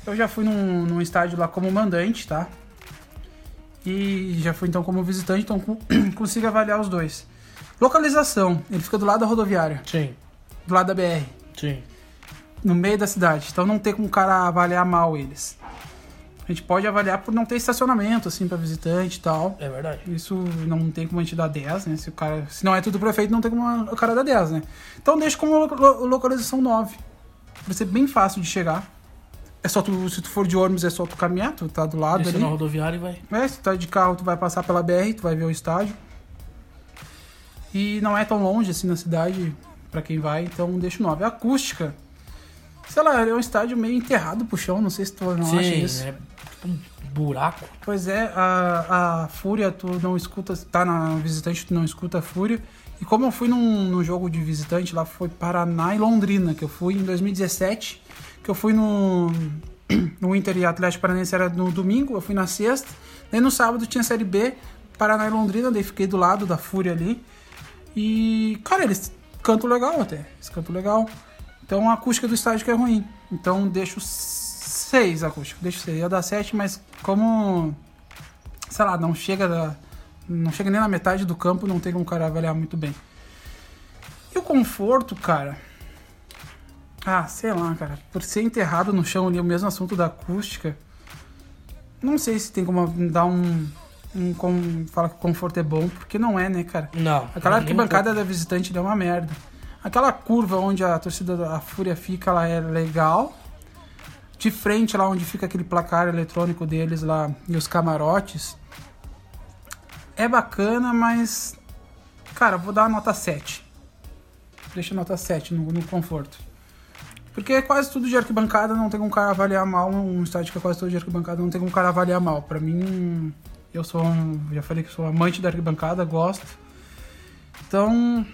S1: Eu já fui num, num estádio lá como mandante, tá? E já fui então como visitante, então con- consigo avaliar os dois. Localização, ele fica do lado da rodoviária,
S2: Sim,
S1: do lado da BR.
S2: sim.
S1: no meio da cidade. Então não tem como o cara avaliar mal eles. A gente pode avaliar por não ter estacionamento, assim, pra visitante e tal.
S2: É verdade.
S1: Isso não tem como a gente dar 10, né? Se, o cara, se não é tudo prefeito, não tem como o cara dar 10, né? Então deixa como lo- lo- localização 9. Vai ser bem fácil de chegar. É só tu, se tu for de ônibus, é só tu caminhar, tu tá do lado
S2: Desce
S1: ali.
S2: na rodoviária e vai.
S1: É, se tu tá de carro, tu vai passar pela BR, tu vai ver o estádio. E não é tão longe assim na cidade pra quem vai, então deixa o 9. A acústica. Sei lá, é um estádio meio enterrado pro chão, não sei se tu não
S2: Sim,
S1: acha isso.
S2: é tipo um buraco.
S1: Pois é, a, a Fúria, tu não escuta, tá na visitante, tu não escuta a Fúria. E como eu fui num, num jogo de visitante, lá foi Paraná e Londrina, que eu fui em 2017, que eu fui no, no Inter e Atlético Paranaense era no domingo, eu fui na sexta, daí no sábado tinha Série B, Paraná e Londrina, daí fiquei do lado da Fúria ali. E, cara, eles cantam legal até. Eles cantam legal. Então a acústica do estádio que é ruim. Então deixo 6 acústico. Deixo 6. Ia dar 7, mas como. Sei lá, não chega da- Não chega nem na metade do campo, não tem como o cara avaliar muito bem. E o conforto, cara. Ah, sei lá, cara. Por ser enterrado no chão ali, o mesmo assunto da acústica. Não sei se tem como dar um. um como falar que o conforto é bom, porque não é, né, cara?
S2: Não.
S1: Aquela
S2: não, nem um
S1: arquibancada da visitante deu uma merda. Aquela curva onde a torcida da Fúria fica, ela é legal. De frente, lá onde fica aquele placar eletrônico deles lá e os camarotes. É bacana, mas. Cara, vou dar a nota 7. Deixa a nota 7 no, no conforto. Porque é quase tudo de arquibancada, não tem como o cara avaliar mal. Um estádio que é quase tudo de arquibancada, não tem como o cara avaliar mal. Pra mim, eu sou um. Já falei que sou amante da arquibancada, gosto. Então,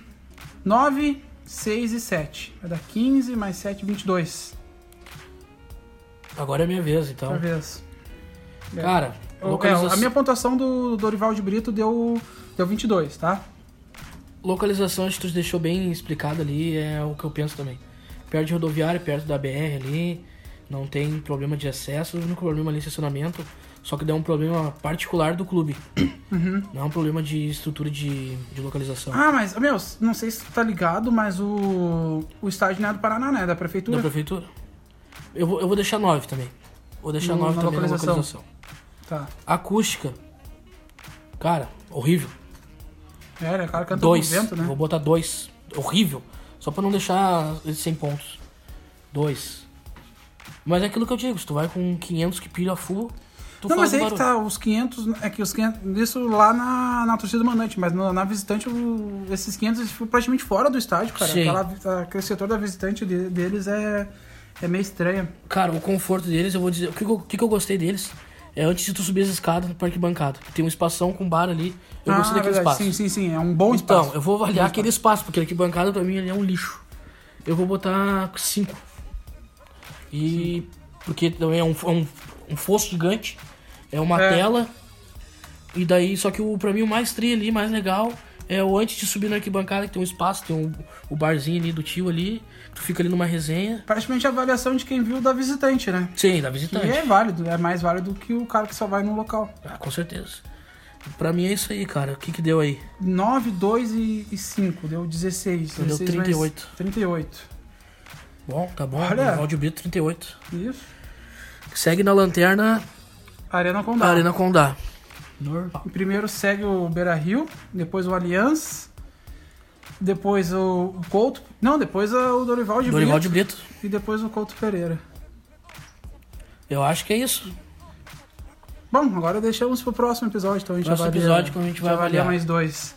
S1: 9, 6 e 7. Vai dar 15 mais 7, 22.
S2: pouco. Agora é minha vez, então.
S1: Talvez. É.
S2: Cara,
S1: Eu-
S2: localiza-
S1: é, a minha pontuação do Dorival de Brito deu, deu 22, tá?
S2: localização acho que tu deixou bem explicado ali, é o que eu penso também. Perto de rodoviária, perto da BR ali, não tem problema de acesso, o único problema ali é estacionamento, só que daí é um problema particular do clube. Não é um problema de estrutura de, de localização.
S1: Ah, mas, meu, não sei se tu tá ligado, mas o, o estádio não é do Paraná, né? É da prefeitura.
S2: Da prefeitura? Eu vou, eu vou deixar 9 também. Vou deixar
S1: No-
S2: 9
S1: na
S2: também
S1: localização.
S2: na localização.
S1: Tá.
S2: Acústica. Cara, horrível.
S1: É, né, o cara canta
S2: Dois.
S1: com vento, né?
S2: Vou botar dois. Horrível. Só pra não deixar esses 100 pontos. Dois. Mas é aquilo que eu digo, se tu vai com 500 que pilha full, tu
S1: Não, mas
S2: faz um
S1: aí que
S2: barulho.
S1: tá, os 500, é que os 500, isso lá na, na torcida do Mandante, mas na, na visitante, o- esses 500 eles ficam praticamente fora do estádio, cara.
S2: Sim.
S1: Aquela, vi- aquele setor da visitante de- deles é, é meio estranho.
S2: Cara, o conforto deles, eu vou dizer. O que, que eu- o que que eu gostei deles é antes de tu subir as escadas no parque bancado. Tem um espação com bar ali. Eu gostei daquele
S1: Ah, verdade.
S2: espaço.
S1: Sim, sim, sim. É um bom
S2: Então,
S1: espaço.
S2: eu vou avaliar aquele espaço, porque aquele bancada pra mim ele é um lixo. Eu vou botar 5. E. Porque também é um, é um, um fosso gigante, é uma
S1: É.
S2: tela. E daí, só que o, pra mim o mais tri ali, mais legal, é o antes de subir na arquibancada, que tem um espaço, tem um, o barzinho ali do tio ali, tu fica ali numa resenha.
S1: Praticamente a avaliação de quem viu da visitante, né?
S2: Sim, da
S1: Que
S2: visitante.
S1: é válido, é mais válido que o cara que só vai no local.
S2: Ah, com certeza. Pra mim é isso aí, cara. O que que deu aí?
S1: 9, 2 e, e 5, deu 16.
S2: Então, Deu
S1: 16 mais
S2: 38.
S1: 38.
S2: Bom, tá bom.
S1: Olha.
S2: Valdir Brito 38.
S1: Isso.
S2: Segue na lanterna,
S1: Arena Condá.
S2: Arena Condá. Normal.
S1: Em primeiro segue o Beira Rio, depois o Allianz, depois o o Couto. Não, depois a- o Dorival de
S2: Dorival de
S1: Brito
S2: Brito.
S1: e depois o Couto Pereira.
S2: Eu acho que é isso.
S1: Bom, agora deixamos pro próximo episódio, então a gente
S2: Próximo
S1: avalia,
S2: episódio, quando a gente vai
S1: avalia
S2: avaliar.
S1: mais dois.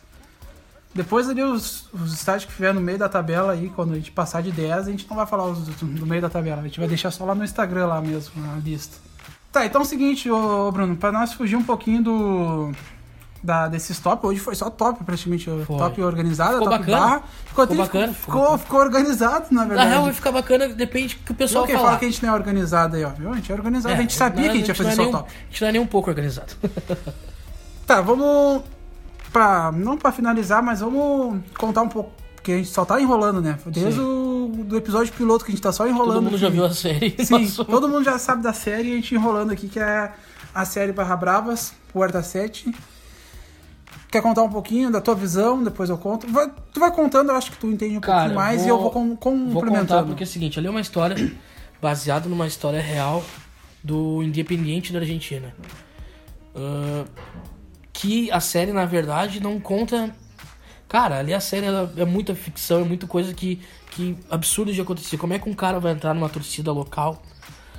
S1: Depois ali os, os estádios que tiver no meio da tabela aí, quando a gente passar de 10, a gente não vai falar os do, do meio da tabela, a gente vai deixar só lá no Instagram lá mesmo, na lista. Tá, então é o seguinte, ô Bruno, pra nós fugir um pouquinho do da, desses top, hoje foi só top praticamente, o
S2: Foi.
S1: top organizado,
S2: Ficou
S1: top
S2: bacana.
S1: bar. Ficou, até-
S2: bacana, ficou
S1: Ficou, ficou organizado, na
S2: Na
S1: verdade.
S2: real, vai ficar bacana, depende do que o
S1: Só
S2: pessoal
S1: quem
S2: falar.
S1: fala que a gente não é organizado aí, ó, viu? A gente é organizado,
S2: É,
S1: a gente sabia
S2: não,
S1: que a gente ia
S2: não
S1: fazer
S2: é
S1: só
S2: nem um-
S1: top.
S2: A gente não é nem um pouco organizado.
S1: Tá, vamos pra, não pra finalizar, mas vamos contar um pouco, porque a gente só tá enrolando, né? Desde
S2: Sim.
S1: o do episódio piloto que a gente tá só enrolando.
S2: Todo mundo já
S1: que-
S2: viu a série.
S1: Sim,
S2: Passou.
S1: todo mundo já sabe da série e a gente enrolando aqui, que é a série Barra Bravas, Puerta 7. Quer contar um pouquinho da tua visão? Depois eu conto. Vai- tu vai contando, eu acho que tu entende um
S2: Cara,
S1: pouquinho mais e eu vou com,
S2: Vou contar
S1: complementando.
S2: porque é o seguinte, ali é uma história baseada numa história real do Independiente da Argentina. Ah, que a série, na verdade, não conta... Cara, ali a série ela é muita ficção, é muita coisa que, que absurdo de acontecer. Como é que um cara vai entrar numa torcida local?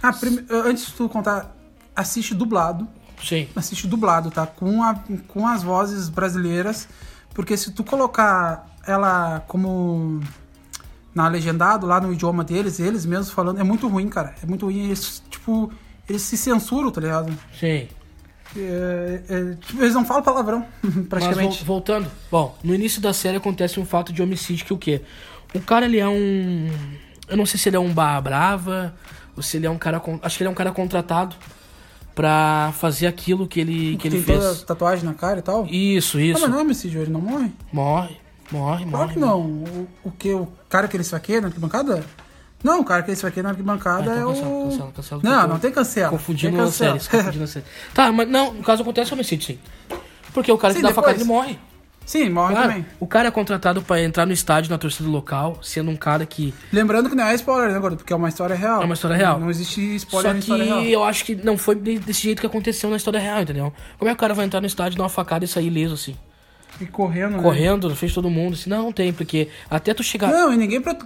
S1: Ah, prime- Antes de tu contar, assiste dublado.
S2: Sim.
S1: assiste dublado, tá? Com, a- com as vozes brasileiras, porque se tu colocar ela como na legendado, lá no idioma deles, eles mesmos falando, é muito ruim, cara. É muito ruim. Eles, tipo, eles se censuram, tá ligado?
S2: Sim.
S1: É- é, tipo, eles não falam palavrão,
S2: Mas
S1: praticamente.
S2: vol- voltando, bom, no início da série acontece um fato de homicídio que o quê? O cara ele é um. Eu não sei se ele é um barra brava, ou se ele é um cara. con- Acho que ele é um cara contratado pra fazer aquilo que ele, que
S1: tem
S2: ele
S1: toda
S2: fez.
S1: a tatuagem na cara e tal?
S2: Isso,
S1: Ah,
S2: isso.
S1: mas não é homicídio, ele não morre?
S2: Morre, morre,
S1: Claro
S2: morre.
S1: que não. O, o que? O cara que ele esfaqueia na arquibancada? Não, o cara que ele esfaqueia na arquibancada
S2: Ah, então
S1: é o.
S2: cancela, cancela, cancela,
S1: não,
S2: cancela.
S1: não tem cancela.
S2: Confundindo
S1: tem
S2: as
S1: cancela.
S2: séries, confundindo as séries. Tá, mas não, no caso acontece o homicídio, sim. Porque o cara
S1: Sim,
S2: que dá a facada, ele
S1: depois.
S2: morre.
S1: Sim, morre
S2: Claro,
S1: também.
S2: o cara é contratado pra entrar no estádio, na torcida local, sendo um cara que...
S1: Lembrando que não é spoiler, né, gordo? Porque é uma história real.
S2: É uma história real.
S1: Não existe spoiler na
S2: Só que
S1: história real.
S2: eu acho que não foi de- desse jeito que aconteceu na história real, entendeu? Como é que o cara vai entrar no estádio, dar uma facada e sair ileso, assim?
S1: E correndo, né?
S2: Correndo, fez todo mundo, assim, não, não tem, porque até tu chegar...
S1: Não, e ninguém. Pro...
S2: Nas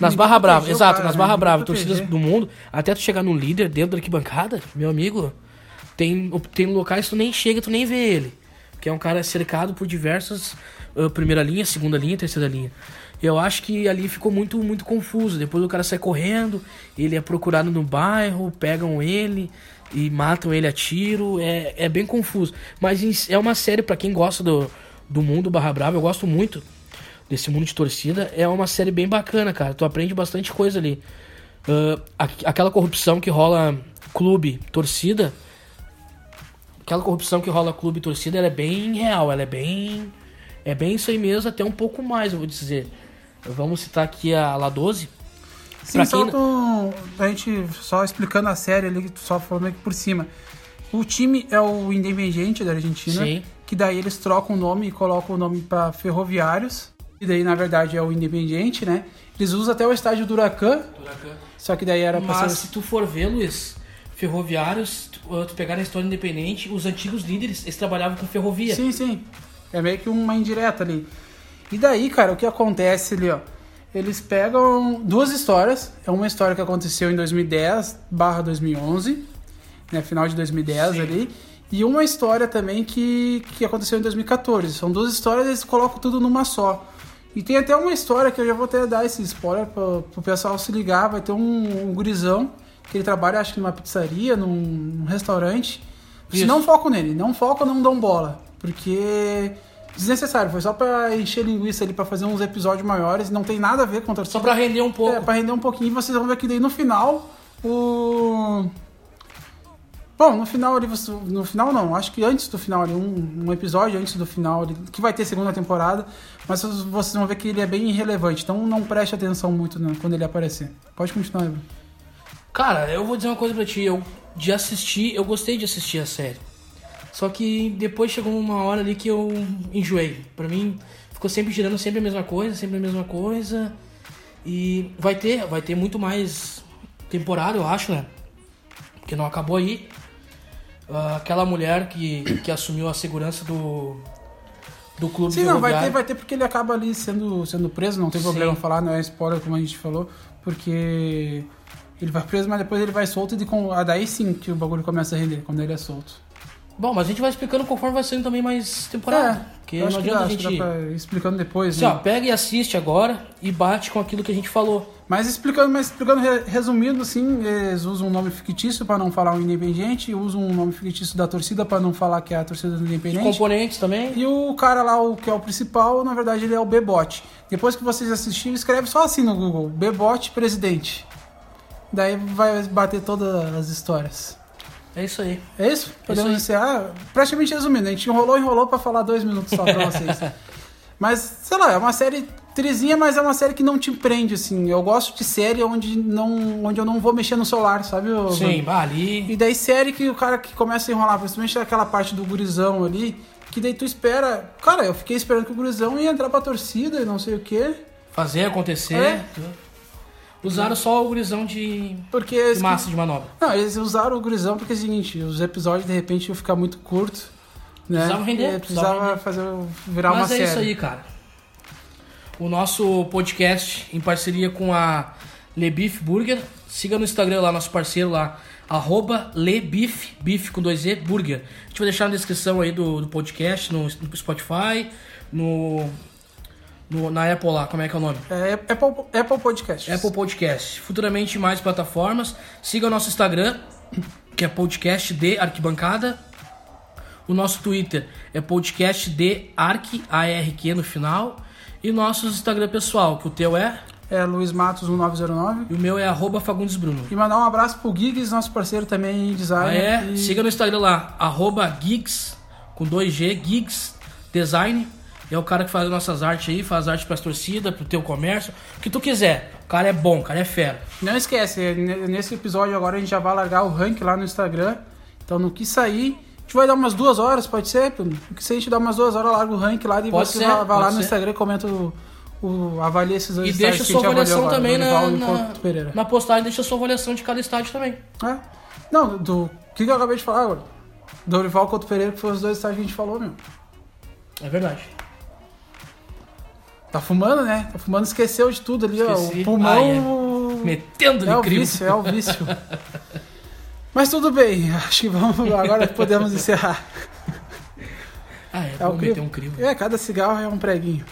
S1: ninguém
S2: Barra Brava,
S1: protegeu o
S2: exato,
S1: cara,
S2: nas
S1: né?
S2: Barra
S1: Ninguém
S2: Brava,
S1: protegeu.
S2: torcidas do mundo, até tu chegar num líder dentro da arquibancada, meu amigo, tem, tem locais que tu nem chega, tu nem vê ele. Porque é um cara cercado por diversas ah, primeira linha, segunda linha, terceira linha. Eu acho que ali ficou muito, muito confuso. Depois o cara sai correndo, ele é procurado no bairro, pegam ele e matam ele a tiro. É, é bem confuso. Mas em- é uma série pra quem gosta do, do mundo Barra Brava, eu gosto muito desse mundo de torcida é uma série bem bacana, cara. Tu aprende bastante coisa ali. Ah, aqu- aquela corrupção que rola clube, torcida. Aquela corrupção que rola clube e torcida, ela é bem real, ela é bem. É bem isso aí mesmo, até um pouco mais, eu vou dizer. Vamos citar aqui a La 12.
S1: Sim,
S2: Pra
S1: só
S2: quem-
S1: tu- a gente só explicando a série ali, que tu só falou meio que por cima. O time é o Independiente da Argentina,
S2: Sim.
S1: que daí eles trocam o nome e colocam o nome pra Ferroviários. E daí, na verdade, é o Independiente, né? Eles usam até o estádio do Huracan, só que daí era pra
S2: Mas
S1: ser...
S2: se tu for ver, Luiz, ferroviários, tu, tu pegar na história independente, os antigos líderes, eles trabalhavam com ferrovia.
S1: Sim, sim. É meio que uma indireta ali. E daí, cara, o que acontece ali, ó? Eles pegam duas histórias. É uma história que aconteceu em 2010 barra 2011, né? Final de 2010
S2: Sim.
S1: ali. E uma história também que, que aconteceu em 2014. São duas histórias eles colocam tudo numa só. E tem até uma história que eu já vou até dar esse spoiler pro, pro pessoal se ligar. Vai ter um, um gurizão que ele trabalha, acho que numa pizzaria, num, num restaurante. Se
S2: Isso.
S1: não foco nele, não foco, não dão bola. Porque desnecessário, foi só pra encher linguiça ali pra fazer uns episódios maiores, não tem nada a ver com a torcida.
S2: Só pra render um pouco.
S1: É, pra render um pouquinho, e vocês vão ver que daí no final o. Bom, no final ali, você- no final não, acho que antes do final ali, um, um episódio antes do final ali, que vai ter segunda temporada, mas vocês- vocês vão ver que ele é bem irrelevante, então não preste atenção muito né, quando ele aparecer. Pode continuar, Ebro.
S2: Cara, eu vou dizer uma coisa pra ti. Eu de assistir, eu gostei de assistir a série. Só que depois chegou uma hora ali que eu enjoei. Pra mim, ficou sempre girando sempre a mesma coisa, sempre a mesma coisa. E vai ter, vai ter muito mais temporada, eu acho, né? Porque não acabou aí. Ah, aquela mulher que, que assumiu a segurança do, do clube
S1: Sim, não, vai ter,
S2: ferroviário.
S1: vai ter porque ele acaba ali sendo, sendo preso, não tem
S2: um Sim.
S1: problema falar, não é spoiler como a gente falou, porque ele vai preso, mas depois ele vai solto e de com- ah, daí sim que o bagulho começa a render, quando ele é solto.
S2: Bom, mas a gente vai explicando conforme vai sendo também mais temporada. porque
S1: É, eu
S2: não
S1: acho que
S2: adianta
S1: dá,
S2: a
S1: acho que
S2: gente.
S1: dá pra ir explicando depois,
S2: Assim, ó,
S1: né?
S2: pega e assiste agora e bate com aquilo que a gente falou.
S1: Mas explicando, mas explicando re- resumindo, sim, eles usam um nome fictício pra não falar o Independiente, usam um nome fictício da torcida pra não falar que é a torcida do
S2: De
S1: Independiente.
S2: componentes também.
S1: E o cara lá, o que é o principal, na verdade ele é o Bebote. Depois que vocês assistirem, escreve só assim no Google: Bebote presidente. Daí vai bater todas as histórias.
S2: É isso aí.
S1: É isso? Podemos
S2: aí.
S1: encerrar? Praticamente resumindo, a gente enrolou, enrolou pra falar dois minutos só pra vocês. mas, sei lá, é uma série trizinha, mas é uma série que não te prende, assim. Eu gosto de série onde, não, onde eu não vou mexer no celular, sabe? ô,
S2: Sim, bah, ali.
S1: e daí série que o cara que começa a enrolar, principalmente aquela parte do gurizão ali, que daí tu espera. Cara, eu fiquei esperando que o gurizão ia entrar pra torcida e não sei o quê.
S2: Fazer acontecer.
S1: É.
S2: Usaram só o gurizão de,
S1: Porque.
S2: de
S1: eles-
S2: massa de manobra.
S1: Não, eles usaram o gurizão porque é o seguinte, os episódios de repente iam ficar muito curto. Né?
S2: Precisava render,
S1: É, precisava
S2: precisava render.
S1: fazer virar uma
S2: Mas é
S1: série.
S2: isso aí, cara. O nosso podcast em parceria com a Lebif Burger. Siga no Instagram lá, nosso parceiro lá, arroba Lebif, bif com dois E, burger. A gente vai deixar na descrição aí do, do podcast, no, no Spotify, no, no, na Apple lá, como é que é o nome?
S1: É Apple, Apple Podcast.
S2: Apple Podcast. Futuramente em mais plataformas. Siga o nosso Instagram, que é podcast de arquibancada. O nosso Twitter é podcast de arq, ARQ no final. E nosso Instagram pessoal, que o teu é
S1: é Luiz Matos 1909.
S2: E o meu é arroba Fagundes Bruno.
S1: E mandar um abraço pro Gigs, nosso parceiro também em
S2: Ah,
S1: design.
S2: é?
S1: E-
S2: Siga no Instagram lá, arroba Geeks, com 2G, Geeks Design. É o cara que faz nossas artes aí, faz arte pras torcidas, pro teu comércio, o que tu quiser. O cara é bom, o cara é fera.
S1: Não esquece, é, ne- nesse episódio agora a gente já vai largar o rank lá no Instagram. Então no que sair, a gente vai dar umas duas horas, pode ser? Bruno? No que sair, a gente dá umas duas horas, larga o rank lá e
S2: Pode
S1: você
S2: ser,
S1: vai, vai
S2: pode
S1: lá
S2: ser.
S1: no Instagram e comenta o. o avalia esses dois
S2: E
S1: estágios
S2: deixa
S1: que a
S2: sua
S1: gente avaliou
S2: avaliação
S1: agora,
S2: também na,
S1: Dorival e
S2: na,
S1: Couto Pereira.
S2: na postagem, deixa sua avaliação de cada estádio também.
S1: É. Não, do o que, que eu acabei de falar agora? Dorival Couto Pereira, que foram os dois estágios que a gente falou, meu.
S2: É verdade.
S1: Tá fumando, né? Tá fumando, esqueceu de tudo ali, ó.
S2: Esqueci. Ah, é.
S1: O pulmão.
S2: Metendo
S1: É
S2: de
S1: o
S2: crime.
S1: vício, é o vício. Mas tudo bem, acho que vamos, agora podemos encerrar.
S2: Ah, é,
S1: É o
S2: vou meter
S1: crivo.
S2: um crivo.
S1: É, cada cigarro é um preguinho.